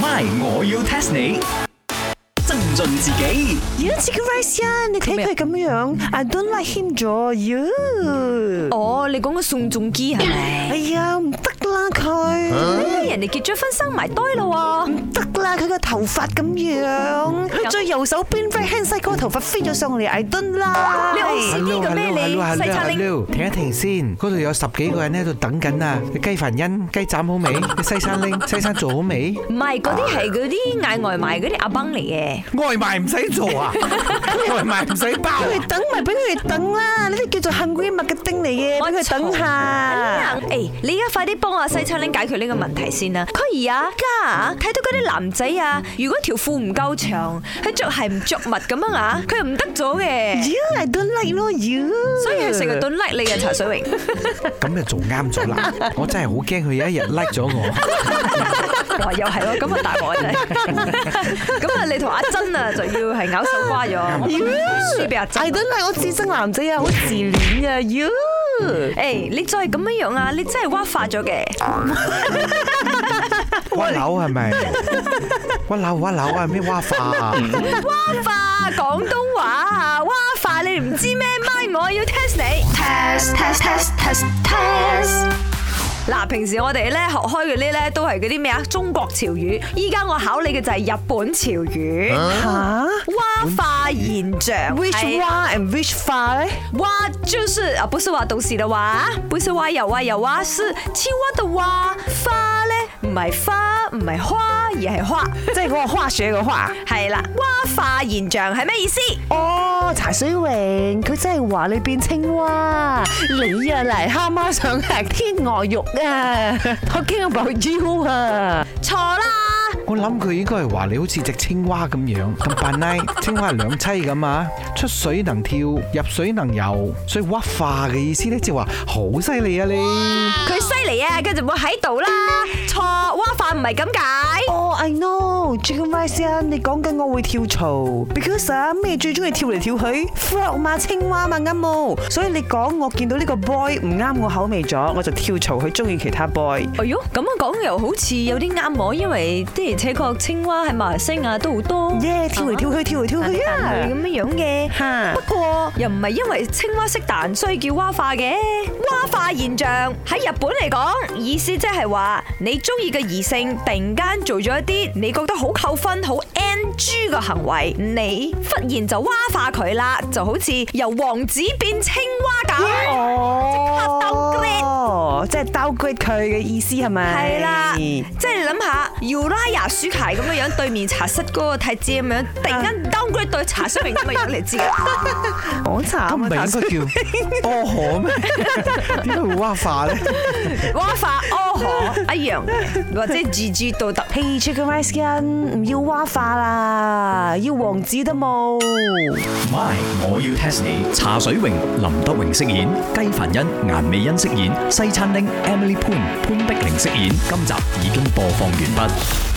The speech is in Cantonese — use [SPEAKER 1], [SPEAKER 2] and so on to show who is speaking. [SPEAKER 1] My，我要 test 你。增進自己，
[SPEAKER 2] 而家 Chicken Rice 啊，你睇佢咁樣，I don't like him 咗，you，
[SPEAKER 3] 哦，你講個宋仲基係
[SPEAKER 2] 哎
[SPEAKER 3] 咪？
[SPEAKER 2] 呀唔得啦佢，
[SPEAKER 3] 人哋結咗婚生埋堆咯喎，
[SPEAKER 2] 唔得啦佢個頭髮咁樣，佢最右手邊 right hand side 嗰個頭髮飛咗上嚟，I don't 啦
[SPEAKER 3] 你，
[SPEAKER 4] 係
[SPEAKER 3] 呢個咩
[SPEAKER 4] À,
[SPEAKER 3] 你細叉拎
[SPEAKER 4] 停一停先，嗰度有十幾個人喺度等緊啊！你雞凡欣、雞斬好未？你西餐拎、西餐做好未？
[SPEAKER 3] 唔係嗰啲係嗰啲嗌外賣嗰啲阿崩嚟嘅。
[SPEAKER 4] 外賣唔使做 啊！外賣唔使包啊。
[SPEAKER 2] 佢等咪俾佢等啦，呢啲叫做 hungry marketing 嚟嘅，俾佢等下。
[SPEAKER 3] 誒，你而家快啲幫阿西餐拎解決呢個問題先啦。佢而家家啊，睇到嗰啲男仔啊，如果條褲唔夠長，佢着鞋唔着襪咁樣啊，佢又唔得咗嘅，
[SPEAKER 2] Yeah，I don't like 咯，you，
[SPEAKER 3] 所以佢成日都叻你嘅茶水 榮。
[SPEAKER 4] 咁就做啱咗啦！我真係好驚佢有一日 like 咗我，
[SPEAKER 3] 哇，又係喎，咁啊大鑊啊真係。咁啊，你同阿珍啊就要係咬手瓜咗，我覺得會輸俾阿珍
[SPEAKER 2] I。don't like 我自憎男仔啊，好自戀啊，you。
[SPEAKER 3] 誒，你再咁樣樣啊，你真係挖化咗嘅。
[SPEAKER 4] 哇扭係咪？哇扭哇扭啊！咩哇化啊？
[SPEAKER 3] 挖化廣東話啊，挖化你唔知咩咪，我要 test 你。
[SPEAKER 5] test test test test test
[SPEAKER 3] 嗱，平時我哋咧學開嗰啲咧都係嗰啲咩啊中國潮語，依家我考你嘅就係日本潮語，
[SPEAKER 2] 吓
[SPEAKER 3] 蛙化現象。
[SPEAKER 2] 啊，which
[SPEAKER 3] 係
[SPEAKER 2] 花 and which 花咧？
[SPEAKER 3] 蛙就是啊，不是話到時的話，不是話有啊有啊，是青蛙的蛙。花咧唔係花，唔係花，而係花。
[SPEAKER 2] 即係嗰個花雪嘅花。
[SPEAKER 3] 係啦，蛙化現象係咩意思？
[SPEAKER 2] 哦，茶水榮，佢真係話你變青蛙，你啊嚟蝦媽想吃天鵝肉啊，我驚我爆腰啊！
[SPEAKER 3] 錯啦。
[SPEAKER 4] 我諗佢應該係話你好似隻青蛙咁樣咁扮拉，青蛙係兩棲咁啊，出水能跳，入水能游，所以蛙化嘅意思咧，即係話好犀利啊你！
[SPEAKER 3] 佢犀利啊，跟住冇喺度啦。錯，蛙化唔係咁解。
[SPEAKER 2] 哦，I Oh, know，Chicken Rice 啊，你講緊我會跳槽，because 啊咩最中意跳嚟跳去，frog 嘛青蛙嘛啱冇，所以你講我見到呢個 boy 唔啱我口味咗，我就跳槽去中意其他 boy。
[SPEAKER 3] 哎喲，咁樣講又好似有啲啱我，因為的而且確青蛙喺馬來西亞都好多，
[SPEAKER 2] 耶，跳嚟跳去，跳嚟跳去
[SPEAKER 3] 彈
[SPEAKER 2] 啊
[SPEAKER 3] 佢！咁樣樣嘅。
[SPEAKER 2] 嚇
[SPEAKER 3] 不過又唔係因為青蛙識彈，所以叫蛙化嘅。蛙化現象喺日本嚟講，意思即係話你中意嘅異性突然間做咗一啲你覺得好扣分、好 NG 嘅行為，你忽然就蛙化佢啦，就好似由王子變青蛙咁。
[SPEAKER 2] 哦，Oh，即係 downgrade 佢嘅意思係咪？
[SPEAKER 3] 係啦，即係你諗下，要拉牙鼠鞋咁樣樣，對面茶室嗰個太子咁樣，突然間 downgrade 對茶水明咁嘅樣嚟知嘅。
[SPEAKER 2] 講
[SPEAKER 4] 咁唔
[SPEAKER 2] 慘啊！
[SPEAKER 4] 係應該叫多河咩？ 點解會蛙化咧？
[SPEAKER 3] 蛙化阿河哦一樣嘅，或者 G G 都得。
[SPEAKER 2] 嘿，Chicken Rice 欣唔要蛙化啦，要王子得冇。
[SPEAKER 1] My，我要 test 你。茶水榮、林德榮飾演，雞凡欣、顏美欣飾演，西餐廳 Emily Poon 潘碧玲飾演。今集已經播放完畢。